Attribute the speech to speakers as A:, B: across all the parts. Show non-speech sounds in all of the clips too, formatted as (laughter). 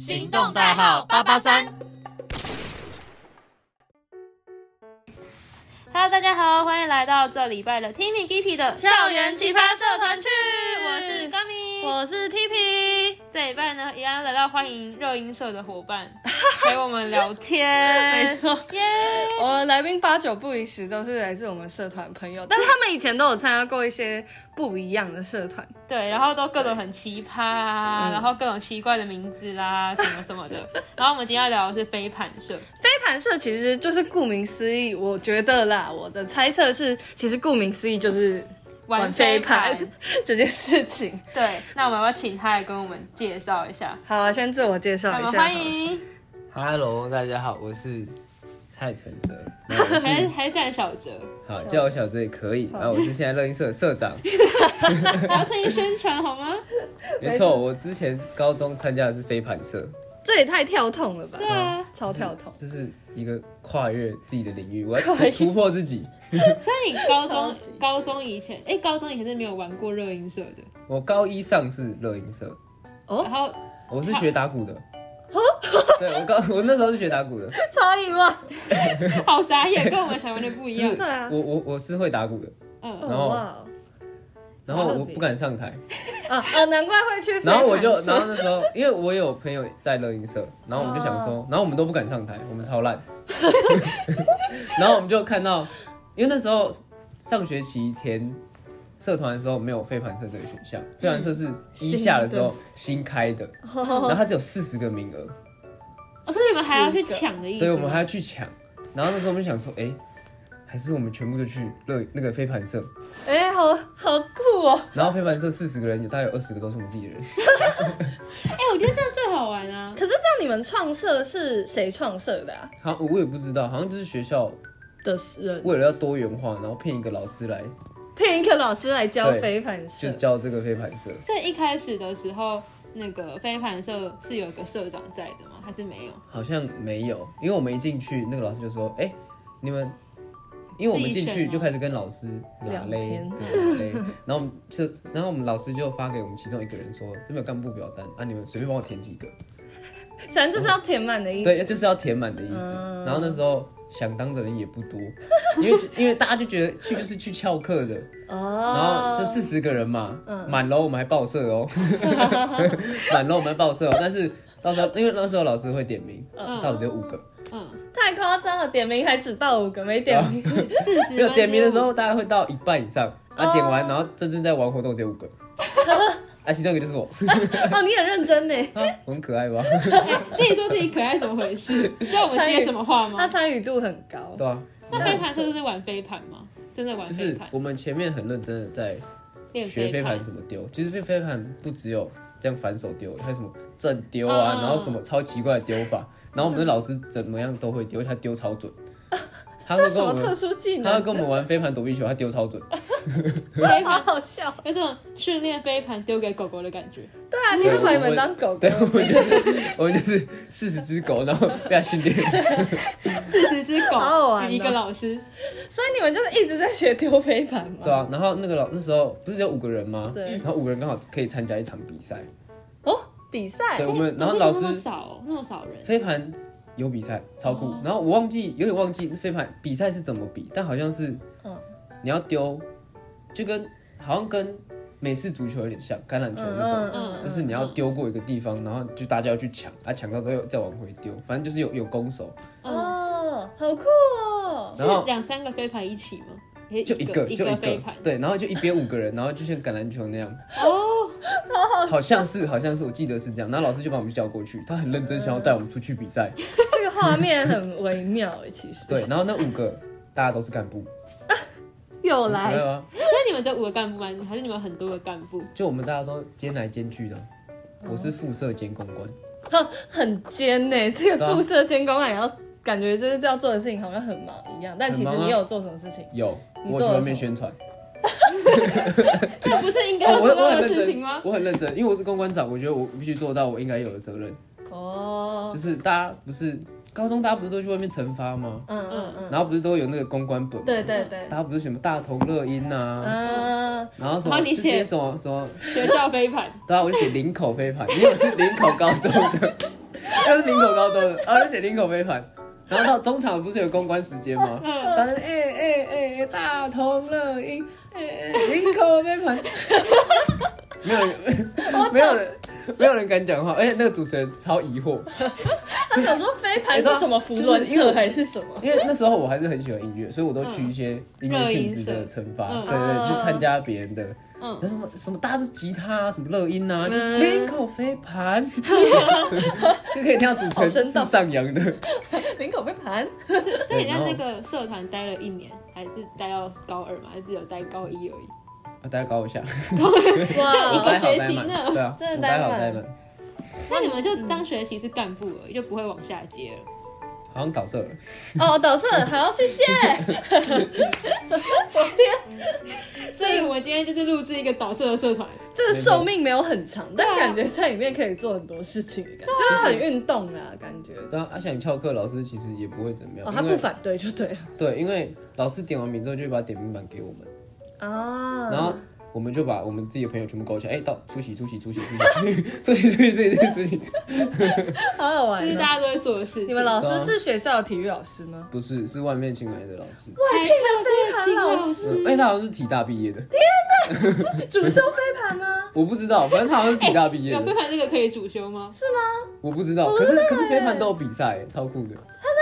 A: 行动代号八八三。
B: Hello，大家好，欢迎来到这礼拜的 Timmy Gippy 的
A: 校园奇葩社团剧
B: 我是 g a m i
A: 我是 TP，
B: 这礼拜呢，一样来到欢迎热音社的伙
A: (laughs)
B: 伴陪我们聊天。
A: 没错
B: 耶、
A: 我的来宾八九不离十都是来自我们社团朋友，但是他们以前都有参加过一些不一样的社团。
B: 对，然后都各种很奇葩啊，
A: 嗯
B: 然后各种奇怪的名字啦，什么什么的。然后我们今天要聊的是飞盘社，
A: 飞盘社其实就是顾名思义，我觉得啦，我的猜测是，其实顾名思义就是玩飞盘这件事情。
B: 对，那我们要请他来跟我们介绍一下。
A: 好、啊，先自我介
B: 那
A: 绍一
B: 么
A: 下。
B: 欢。迎，
C: Hello，大家好，我是蔡存
A: (laughs)
C: 哲，那我
B: 还
A: 哎
C: 是
B: 还是占小哲，
C: 好叫我小哲也可以，然后我是现在乐音社的社
A: (laughs)
C: 长，
B: 然后特意宣传好吗？
C: 没错，我之前高中参加的是飞盘社，
A: 这也太跳痛了吧？
B: 对啊，
A: 超跳痛。
C: 这是一个跨越自己的领域，我要突突破自己。
B: 所以你高
A: 超
B: 中
A: 级
B: 高中以前，哎、高中以前是没有玩过热音社的，
C: 我高一上是乐音社，
A: 哦
B: 然后
C: 我是学打
A: (laughs)
C: 鼓的，对我高我那时候是学打鼓的，
A: 超意外。
B: 好傻眼，跟我们想完全不一
C: (laughs) 就
B: 样
C: 是。
A: 啊
C: 我我我是会打鼓的，
B: 嗯，
C: 然后
A: 哇
C: 然后我不敢上台，
A: 啊啊！难怪会去飞盘
C: (laughs)
A: 社。
C: 然后我就然后那时候因为我有朋友在乐音社，然后我们就想说，然后我们都不敢上台，我们超烂。 (laughs) 然后我们就看到，因为那时候上学期填社团的时候没有飞盘社这个选项，飞盘社是一下的时候新开的，然后它只有四十个名额，
B: 哦，所以你们还要去抢的意思吗？
C: 对我们还要去抢。然后那时候我们就想说，哎、还是我们全部都去乐那个飞盘社，
A: (laughs) 哎、好好酷哦！
C: 然后飞盘社四十个人，大概有二十个都是我们自己的人。
B: 哎、我觉得这样最好玩啊
A: 可！是这样，你们创社是谁创社的啊？
C: 好，我也不知道，好像就是学校
A: 的人
C: 为了要多元化，然后骗一个老师来
A: 骗一个老师来教
C: 对
A: 飞盘
C: 就
A: 社，
C: 教这个飞盘社。
B: 所以一开始的时候，那个飞盘社是有一个社长在的吗？还是没有？
C: 好像没有，因为我们一进去，那个老师就说：“哎、你们，因为我们进
B: 自己选
C: 去
B: 吗
C: 就开始跟老师
A: 聊
C: 拉嘞
A: 天，
C: 对拉嘞，
A: (laughs)
C: 然后我们就，然后我们老师就发给我们其中一个人说：这边有干部表单啊，你们随便帮我填几个。
A: 反正就是要填满的意思。 (laughs)
C: 对，就是要填满的意思。
A: 嗯
C: 然后那时候想当的人也不多，因为因为大家就 (laughs) 觉得去就是去翘课的，然
A: 哦嗯
C: 后就四十个人嘛，满楼我们还报社
A: (laughs)
C: 哦，满楼我们还报社哦，但是到时候因为那时候老师会点名，到底只有五个。”
B: 嗯，
A: 太夸张了，点名还只到五个，没点
C: (laughs)
A: 名。
B: 四十分
C: 没有点名的时
B: 之
C: 候，
B: 五，
C: 大概会到一半以上。啊，
A: 哦
C: 点完，然后真正在玩活动只有五个， (laughs) 啊，其中一个就是
A: (laughs)
C: 我，
A: (laughs) 哦，你很认真呢，
C: 啊我很可爱吧？ (laughs)
B: 自己说自己可爱怎么回事？让我们接什么话
A: 他
B: 吗？
A: 参与度很高。
C: 对啊，
B: 那飞盘社就是玩飞盘吗？真的玩
C: 就
B: 飞
C: 是
B: 盘，
C: 我们前面很认真的在
B: 练
C: 学飞盘
B: 盘。
C: 怎么丢，其实飞飞盘不只有这样反手丢，还有什么正丢啊，
B: 嗯
C: 然后什么超奇怪的丢法，然后我们的老师怎么样都会丢，而且他丢超准，他会
A: 什
C: 跟我
A: 么特
C: 们，
A: 殊技
C: 他会
A: 能？
C: 跟我们玩飞盘躲避球，他丢超准，
B: 飞
A: 好
B: 盘
A: 好笑。
B: 有种训练飞盘丢给狗狗的感觉。
A: 对啊，你就把你们当狗狗
C: 对，。我们就是我们就是四十只狗，然后被他训练。
B: 四十只狗，
A: 好好玩哦
B: 一个老师，
A: 所以你们就是一直在学丢飞盘吗？
C: 对啊，然后那个老那时候不是只有五个人吗？
A: 对
C: 然后五个人刚好可以参加一场比赛。
A: 哦，比赛
C: 对，我
B: 哎
C: 们然后
B: 为
C: 老
B: 什么那么
C: 师
B: 少哦那么少人，
C: 飞盘有比赛，超酷
B: 哦。
C: 然后我忘记有点忘记飞盘比赛是怎么比，但好像是
A: 嗯
C: 你要丢，就跟好像跟美式足球有点像，橄榄球那
A: 嗯
C: 种。
A: 嗯
C: 就是你要丢过一个地方，然后就大家要去抢，啊抢到之后再往回丢，反正就是有有攻守，
B: 嗯，
A: 哦，好酷哦。
C: 然后
B: 是两三个飞盘一起吗？也
C: 就
B: 一
C: 一个
B: 一
C: 就一
B: 飞
C: 个
B: 盘，，
C: 对，然后就一边五个人，然后就像橄榄球那样，
B: 哦，
C: 好像是，好像是，我记得是这样。然后老师就把我们叫过去，他很认真想要带我们出去比赛。
A: 这个画面很微妙诶，其实。
C: 对，，然后那五个大家都是干部，
A: 又
C: 没有
A: 来。
C: 啊，
B: 所以你们这五个干部吗？还是你们很多个干部？
C: 就我们大家都兼来兼去的。
A: 嗯
C: 我是副社兼公关，
A: 哼很尖呢、这
C: 对
A: 个
C: 啊
A: 辐射监工啊，也要感觉就是要做的事情好像很忙一样，但其实
C: 很忙啊
A: 你有做什么事情？
C: 有
A: 你
C: 我去
A: 做了
C: 外
A: 什么
C: 面宣传。
B: 这不是应该
C: 哦
B: 要
C: 我
B: 做
C: 我很
B: 的
C: 认
B: 事情吗
C: 真，？我很认真，因为我是公关长，我觉得我必须做到我应该有的责任。
A: 哦
C: 就，是大家不是高中大家不是都去外面惩罚吗？
A: 嗯嗯嗯，
C: 然后不是都有那个公关本吗？
A: 对对对，
C: 大家不是什么大头乐音啊，
A: 嗯，
C: 然后什
B: 然
C: 么
B: 后你
C: 这
B: 写
C: 些什么什么
B: 学校飞盘，
C: (laughs) 对啊，我就写林口飞盘，因为我是林口高中的，又是林口高中的，然后就写林口飞盘。然后到中场不是有公关时间吗？大家哎哎哎哎，大同乐音，哎、哎林口飞盘，没有人，没有人， (laughs) 没有人敢讲话，而哎且那个主持人超疑惑，
A: 他想说飞盘是什么福伦社还是什么？
C: 因为那时候我还是很喜欢音乐，所以我都去一些音乐性质的惩罚，
B: 嗯
C: 对对
A: 嗯
C: 就参加别人的。
B: 嗯
C: 那什么什么，大家都吉他啊，什么乐音啊，就
A: 嗯
C: 林口飞
A: (laughs)
C: 盘，就可以听到主持
A: 好
C: 人
A: 生
C: 是
A: 动
C: 上扬的。
A: 林口飞盘，
B: 所所以你在
C: 哎然后
B: 那个社团待了一年，还是待到高二嘛？还是只有待高一而已？
C: (laughs) 啊大家搞我一下，
B: 一
C: 我
B: 个
C: 掰好
B: 学
C: 掰
B: 期
C: 满，
B: 呢
C: 对啊，
A: 真的
C: 我
A: 掰
C: 掰好
A: 满
C: 掰满，嗯
B: 那你们就当学期是干部而已，就不会往下接了。
C: 好像搞色了。
A: 哦，导师好，谢
C: (laughs)
A: 谢。
B: 所以我们今天就是录制一个导社的社团，
A: 这个寿命没有很长，但
B: 对啊
A: 感觉在里面可以做很多事情的感觉，就是很运动啦，感觉。
C: 啊对啊，而且你翘课，老师其实也不会怎么样，
A: 哦，他
C: 因
A: 不
C: 为
A: 反对就对了
C: 对，因为老师点完名之后就会把点名板给我们，
A: 啊。
C: 然后我们就把我们自己的朋友全部勾起来，哎，到出席出席出席出席出席出席出席出席出席，
A: 好好
B: 这
C: 哎
A: 玩
B: 是
A: 哦。
B: 大家都会做的事情。
A: 你们老
C: 对啊
A: 师是学校的体育老
C: (laughs)
A: 师吗？
C: 不是是外面请来的老师，
B: 哎还配了
A: 飞盘老师
C: 嗯哎，他好像是体大毕业的，
A: 主修飞盘吗？
C: 我不知道，反正他好像是体大毕业
B: 有飞
C: 的，
B: 盘这个可以主修吗？是
C: 我不知道，可哎是可是飞盘都有比赛，超酷的，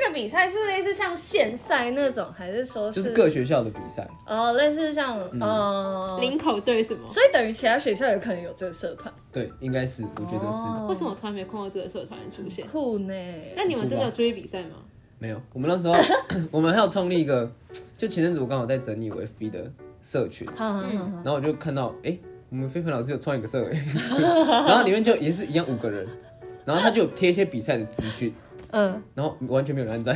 A: 那个比赛是类似像县赛那种，还是说
C: 就是嗯各学校的比赛，
A: 哦，类似像哦，
B: 林口对什么？
A: 所以等于其他学校有可能有这个社团，
C: 对，应该是，我觉得是，
B: 为
A: 哦
B: 什么我从来没有看过这个社团出现？
A: 酷呢？
B: 那你们真的有出去比赛吗？
C: 没有，我们那时候 (coughs) 我们还有创立一个，就前阵子我刚好在整理我 FB 的社群。
A: 好好好好
C: 然后我就看到，哎、我们飞盘老师有创一个社会， (laughs) 然后里面就也是一样五个人，然后他就有贴一些比赛的资讯，
A: 嗯，
C: 然后完全没有人按赞。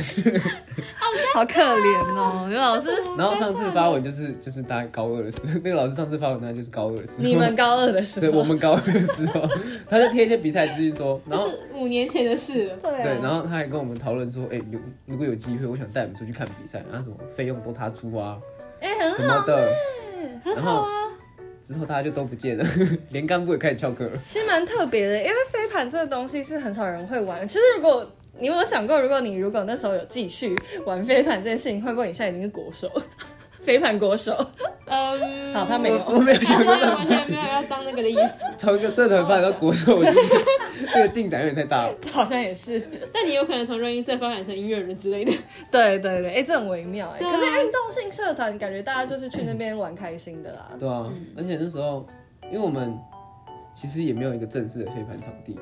A: 好可怜哦，刘老师，
C: (laughs)
B: 嗯
C: 然后上次发文就是就是大概高二的事， (laughs) 那个老师上次发文那就是高二的事。
A: 你们高二的
C: (laughs)
A: 时
C: 所以
A: 候，
C: 我们高二的时候， (laughs) 他就贴一些比赛资讯说，然后
B: 是五年前的事了。
A: 对
C: 对，
A: 啊
C: 然后他还跟我们讨论说，哎、有如果有机会，我想带你们出去看比赛，然啊后什么费用都他出啊
A: 哎，很
C: 什
A: 好。
C: 么的，
B: 很
C: 然
B: 好
C: 后
B: 啊，
C: 之后大家就都不见了， (laughs) 连干部也开始翘课了。
A: 其实蛮特别的，因为飞盘这个东西是很少人会玩。其实如果你有没有想过，如果你如果那时候有继续玩飞盘这件事情，会不会你现在已经是国手？ (laughs) 飞盘国手， (laughs)
B: 嗯，
A: 好，他 (laughs) 没有。
C: (laughs) 我没有想
B: 我
C: 过这种
B: 完
C: 事
B: 全
C: 情
B: 哎没。有要当那个的意思，
C: 从一个社团发展到国手，我觉得这个进展有点太大了。
A: 好像也是，
B: 但你有可能从热音社发展成音乐人之类的。
A: 对对对，哎、这很微妙哎、
B: 对啊
A: 可是运动性社团，感觉大家就是去那边玩开心的啦。
C: 对啊，而且那时候，因为我们其实也没有一个正式的飞盘场地，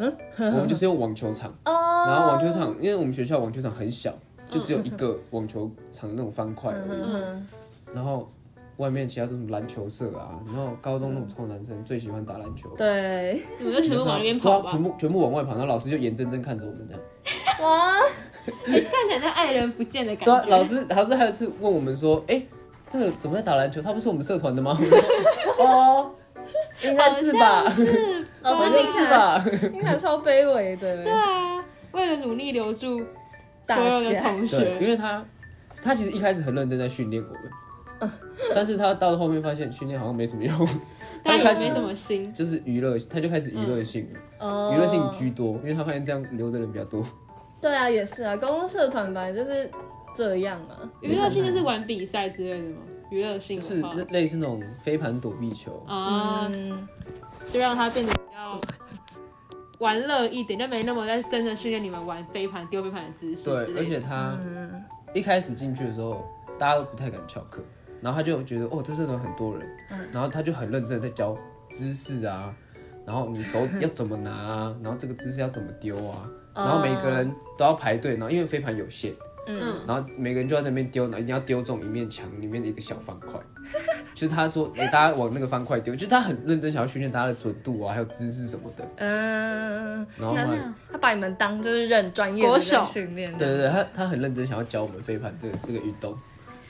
C: 嗯，我们就是用网球场，
A: 哦
C: 然后网球场，因为我们学校网球场很小，就只有一个网球场的那种方块而已，
A: 嗯
C: 然后外面其他都是什么篮球社啊，然后高中那种臭男生最喜欢打篮球。
A: 对，
B: (laughs) 你们就嗯全部往那边
C: 对啊
B: 跑吧
C: 全。部全部往外跑，然后老师就眼睁睁看着我们这样。
A: 哇，
B: 哎看起来像爱人不见的感
C: 对啊，
B: 觉。
C: 老师老师还有一次问我们说，哎、那个怎么在打篮球？他不是我们社团的吗？ (laughs) 我们说哦，应该是吧，
B: 是
A: 老
C: 应
A: 师
C: 该
A: 听起
C: 是
A: 来
C: 吧？
A: 听起来超卑
B: (laughs)
A: 微
B: 对
A: 的，
B: 啊，为了努力留住
A: 大
B: 所
A: 家
B: 有的同
C: 对，因
B: 学，
C: 为他他其实一开始很认真在训练我们，
B: 嗯
C: 但是他到后面发现训练好像没什么用，
B: 大家
C: 他
B: 也
C: 就开
B: 没
C: 始
B: 什么心。
C: 就是娱乐，他就开始娱乐性了，
A: 哦
B: 啊
C: (laughs) 娱乐性居多，因为他发现这样留的人比较多。
A: 对啊，也是啊，公共社团本来就是这样嘛。
B: 娱乐性就是玩比赛之类的吗？娱乐性
C: (laughs) 就
B: 的
C: 是
B: 话
C: 类类似那种飞盘躲避球，
B: 啊，
A: 嗯，
B: 就让它变得比较玩乐一点，就没那么在真正训练你们玩飞盘、丢飞盘的姿势之
C: 对，而
B: 类的。
C: 且他一开始进去的时候，大家都不太敢翘课，然后他就觉得哦，这社团很多人，然后他就很认真地在教姿势啊，然后你手要怎么拿啊，然后这个姿势要怎么丢啊，然后每个人都要排队，然后因为飞盘有限，
A: 嗯，
C: 然后每个人就在那边丢，然后一定要丢中一面墙里面的一个小方块。 (laughs) 就是他说，哎、大家往那个方块丢，就是他很认真想要训练大家的准度啊，还有姿势什么的。
A: 嗯，
C: 然后后来，
A: 他把你们当就是认专业的
B: 国手
A: 人训练，
C: 对对，对，他他很认真想要教我们飞盘这个这个运动。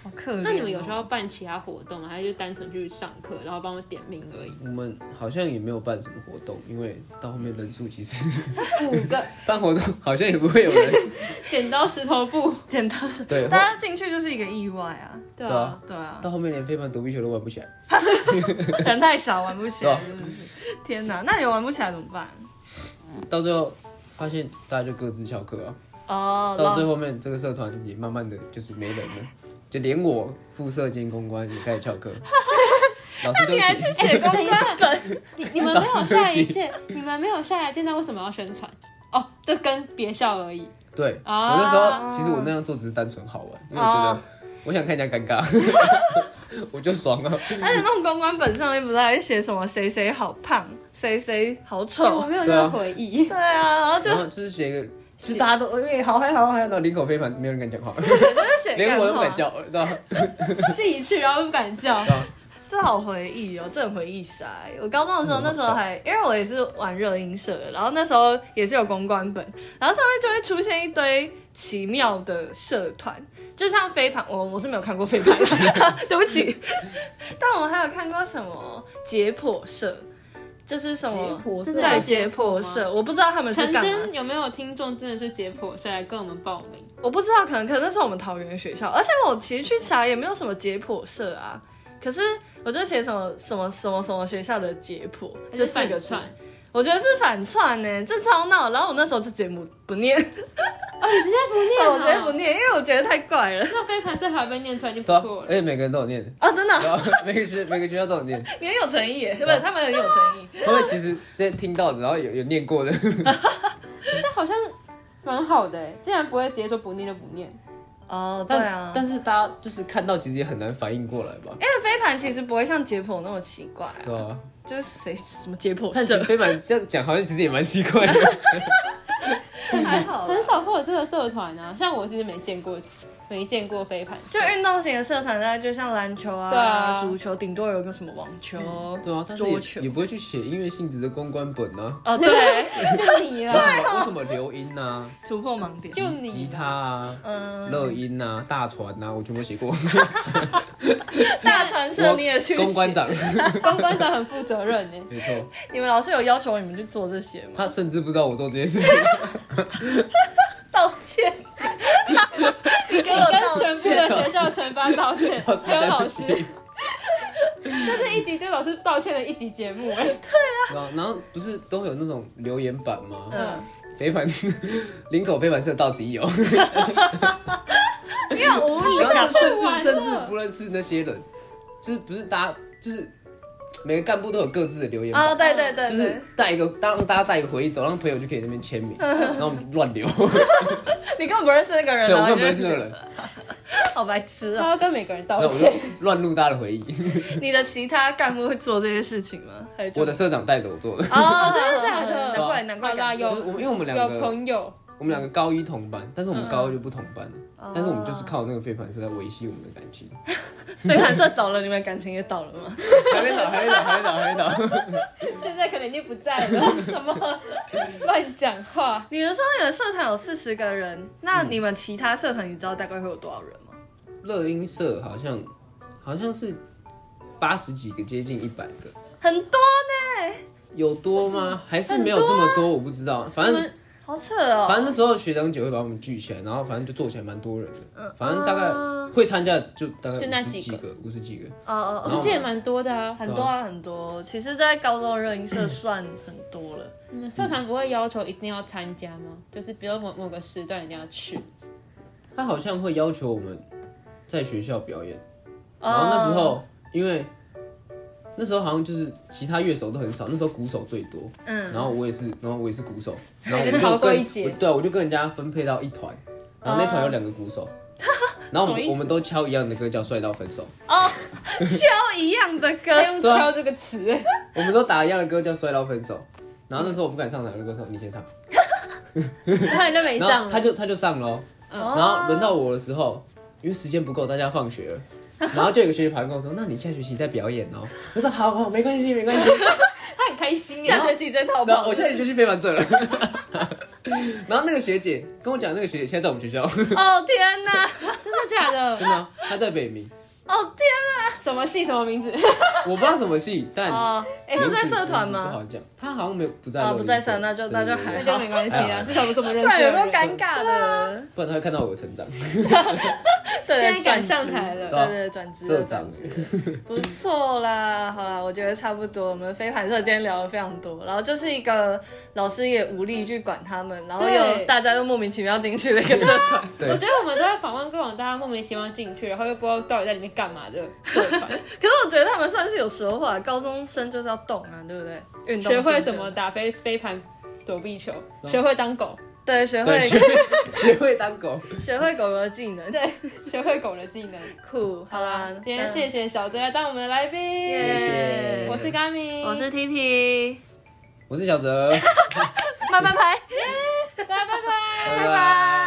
A: 好可怜哦。
B: 那你们有时候办其他活动吗？还是就单纯去上课，然后帮我点名而已？
C: 我们好像也没有办什么活动，因为到后面人数其实 (laughs)
B: 五个
C: 办活动好像也不会有人。
A: (laughs)
B: 剪刀石头布，
A: 剪刀手，
C: 对，
A: 大家进去就是一个意外啊，
B: 对
C: 对
B: 啊
C: 啊，
A: 对啊，
C: 到后面连飞盘躲避球都玩不起来。(laughs)
A: 人太少玩不起来，
C: 对
A: 是不是？天哪，那你玩不起来怎么办？
C: 到最后，发现大家就各自翘课啊，
A: 哦，
C: 到
A: 老
C: 最后面这个社团也慢慢的就是没人
A: (laughs)
C: 了，就连我副社兼公关也开始翘课，老师对
A: 你还去
C: 不起，
A: 写公
B: 等一
A: 关
B: 下
A: 本？
B: 你你们没有下一届，你们没有下一届，那为什么要宣传？哦，就跟别校而已。
C: 对我
B: 啊
C: 那时候其实我那样做只是单纯好玩，因为我觉得
A: 哦
C: 我想看人家尴
A: (laughs)
C: 尬，我就爽啊。
A: 而且那种公关本上面不是还写什么谁谁好胖，谁谁好
B: 哎我
A: 丑？
B: 没有
C: 对
B: 那
C: 啊
B: 个回忆。
A: (laughs) 对啊，然后就
C: 然后就是写一个，其实大家都哎、好嗨好嗨，然后林口飞盘没有人敢讲
A: (laughs)
C: 话，
A: 就是写
C: 连我都不敢
A: 干话
C: 叫，知道吗？
B: 自己去，然后不敢叫 (laughs)
C: 知。道吗
A: 这好回忆哦，这很回忆杀欸。我高中的时候，
C: 这很好
A: 那时候还因为我也是玩热音社的，然后那时候也是有公关本，然后上面就会出现一堆奇妙的社团，就像飞盘，我我是没有看过飞盘， (laughs) 对
C: (laughs)
A: 不起。但我还有看过什么解剖社，就是什么
C: 解剖社
A: 对
B: 解
A: 解
B: 剖
A: 剖
B: 吗
A: 社，我不知道他们是
B: 陈
A: 干嘛。
B: 真有没有听众真的是解剖，谁来跟我们报名？
A: 我不知道，可能可能那是我们桃园学校，而且我其实去查也没有什么解剖社啊，可是我就写什么什么什么什么学校的解剖，
B: 还
A: 就是四
B: 反
A: 个字
B: 串。
A: 我觉得是反串呢、这超闹。然后我那时候就直接不不念，
B: 哦，你直接不念、
A: 我直接不。念，啊因为我觉得太怪了
B: 那飞盘这还被念出来就不
C: 对啊
B: 错，
C: 而
B: 了。
C: 且每个人都有念，
A: 啊、真的啊、
C: 然后每个学每个学校都有念，
A: 你很有诚意耶，不是他们很有诚意。
C: 后面其实之前听到的，然后有有念过的，
B: 这好像蛮好的欸，竟然不会直接说不念就不念。
A: 哦，对
C: 但
A: 啊，
C: 但是大家就是看到，其实也很难反应过来吧，
A: 因为飞盘其实不会像解剖那么奇怪、啊，
C: 对啊。
A: 就是谁什么解剖
C: 但其
A: 社
C: 实飞蛮这样讲，好像其实也蛮奇怪的。
A: (laughs) 还好啦
B: 很少会有这个社团啊，像我其实没见过，没见过飞盘社，
A: 就运动型的社团，大概就像篮球啊、
B: 对啊
A: 足球，顶多有个什么网球。
C: 对啊，但是
A: 桌
C: 也
A: 球
C: 也不会去写音乐性质的公关本啊。
A: (laughs) 哦，对，
B: (laughs) 就你
C: 为 (laughs)
B: 了，
C: 什么为什么留音啊？
A: 突破盲点。
B: 啊就你
C: 吉他啊，
A: 嗯，
C: 乐音啊，大船啊，我全部写过。
A: (laughs) 大传社你也去写
C: 公关，长，
B: 公关长很负责任呢。
C: 没错，
A: 你们老师有要求你们去做这些吗？ (laughs)
C: 他甚至不知道我做这些事情。
A: 道歉，你给
B: 跟全部的学校全班道
C: (laughs)
B: 歉，
C: 老师
B: 还有
C: 对
B: 老
C: 不
B: 师
C: 起，。
B: 这是一集对老师道歉的一集节目哎。
C: 然后啊然后不是都会有那种留言板吗？ (laughs)
A: 嗯，
C: 飞盘，林口飞盘社到此一游。
A: 你很无
B: 我
A: 聊。
B: 想啊
C: 然后
B: 去
C: 甚
B: 玩
C: 至
B: 了
C: 甚至不认识那些人，就是不是大家就是每个干部都有各自的留言板
A: 哦，对对对，
C: 就是带一个，让大家带一个回忆走，让朋友就可以在那边签 (laughs) 名，然后我们就乱 (laughs) 留。
A: 对你根本不认识那个人，
C: 对，我
A: 然后
C: 根本
A: 你
C: 不认识
A: 就
C: 那个人，，
A: (laughs) 好白痴
B: 他
A: 啊！
B: 要跟每个人
C: 那
B: 道
C: 我
B: 歉，
C: 就乱录大家的回忆。
A: (laughs)
C: (laughs)
A: 你的其他干部会做这些事情吗？还是就
C: 我的啊社长带着我做的，
A: (laughs) 哦，真
B: 真的假的？
A: 难怪难怪
B: 好啦
A: 感觉 (laughs)
B: 有
C: 就是我们因为我们两
B: 有
C: 个
B: 朋友，
C: 我们两个高一同班，但是我们
B: 嗯
C: 高二就不同班了，但是我们就是靠那个飞盘社在维系我们的感情。
A: 飞盘社倒了，你们感情也倒了吗？
C: (laughs) 还没倒，还没倒，还没倒，还没倒。
B: 现在可能已经不在了，
A: 什么？
B: (laughs) 乱讲话。
A: 你们说你们社团有四十个人，那
C: 嗯
A: 你们其他社团你知道大概会有多少人吗？
C: (laughs) 乐音社好像好像是八十几个，接近一百个，
A: 很多呢，
C: 有多吗？还是没有这么多？我不知道，反
B: 我
C: 正
B: 们
A: 好扯哦。
C: 反正那时候学长姐会把我们聚起来，然后反正就坐起来蛮多人的，反正大概会参加的就大概
B: 就那
C: 五十
B: 几
C: 几
B: 个
C: 个，五十几个。
A: 哦哦
C: 然
A: 哦
C: 后
B: 这也蛮多的啊。
A: 很多啊很多。其实，在高中热音社算很多了。
B: 你们社团不会要求一定要参加吗？就是比如某某个时段一定要
C: 啊
B: 去。
C: 他好像会要求我们在学校表演，
A: 哦
C: 然后那时候因为那时候好像就是其他乐手都很少，那时候鼓手最多，
A: 嗯
C: 然后我也是，然后我也是鼓手，然后我
B: 你逃
C: 就
B: 过
C: 跟
B: 一劫
C: 我对啊，我就跟人家分配到一团，然后那团有两个鼓手，然后我
A: 什么
C: 们
A: 意思
C: 我们都敲一样的歌叫《帅到分手》，
A: 哦，敲一样的歌
B: 他用
C: 对啊
B: 敲这个词，
C: 我们都打一样的歌叫《摔到分手》，然后那时候我不敢上台，我就跟我说你先唱，
B: 然后你就没
C: 然
B: 上
C: 后
B: 了。
C: 他就他就上喽，
A: 嗯
C: 然后轮到我的时候，因为时间不够，大家放学
A: (laughs)
C: 了。然后就有个学姐跑来跟我说：“那你下学期再表演哦。”我说：“好好，没关系，没关系。
A: (laughs)
B: 他很开心啊
A: 下
B: 耶。
A: 学期再逃”
C: 然后
A: 跑
C: 我。下学期就飞完这了。 (laughs) 然后那个学姐跟我讲，那个学姐现在在我们学
A: (laughs)
C: 校，真
A: 哦天哪！
B: 真的假的？
C: 的啊，她在北明，
A: 哦天
B: 什么系什么名字？
C: (laughs) 我不知道什么系，但
A: 哪！
B: 啊
A: 哦，哎，
C: 名
A: 他
C: 字
A: 在社团
C: 名字不
A: 吗？
C: 好讲，她好像没有不在
A: 哦
C: 乐音社，
A: 不在社那就那就
C: 对对对
B: 那
A: 还
B: 就
C: 哎
B: 没关系啊，至少我这么认
A: 不
B: 识
A: 然
B: 的人。
A: 有没有尴尬的？ (laughs)
C: 不然她会看到我的成长。
A: 对，
B: 啊现在
A: 转
B: 敢
A: 职
B: 上台了
A: 对对对，转职了
C: 社长
A: 转职了不错啦。好啦，我觉得差不多，我们飞盘社今天聊了非常多，然后就是一个老师也无力去管他们，然后又
B: 对
A: 大家又莫名其妙进去的一个社团。
C: 对
B: 我觉得我们都在访问各种大家莫名其妙进去，然后又不知道到底在里面干嘛的社团，
C: (laughs)
A: 可是我觉得他们算是有说话，高中生就是要动啊，对不对？运动
B: 学会
A: 精神
B: 怎么打飞飞盘、躲避球，
C: 懂
B: 学会当狗，
A: 对，学
C: 对，
A: 会
C: 学 (laughs) 会学会当狗，
A: (laughs) 学会狗狗的技能，
B: 对，学会狗的技能。
A: 酷。好啦，
B: 今天谢谢小泽来当我们的来宾，
A: 耶
C: 谢
B: 我是 g a m i
A: 我是 TP， (laughs)
C: 我是小泽，
A: 慢慢拍，
B: 大家拜拜。
C: 拜
A: 拜拜。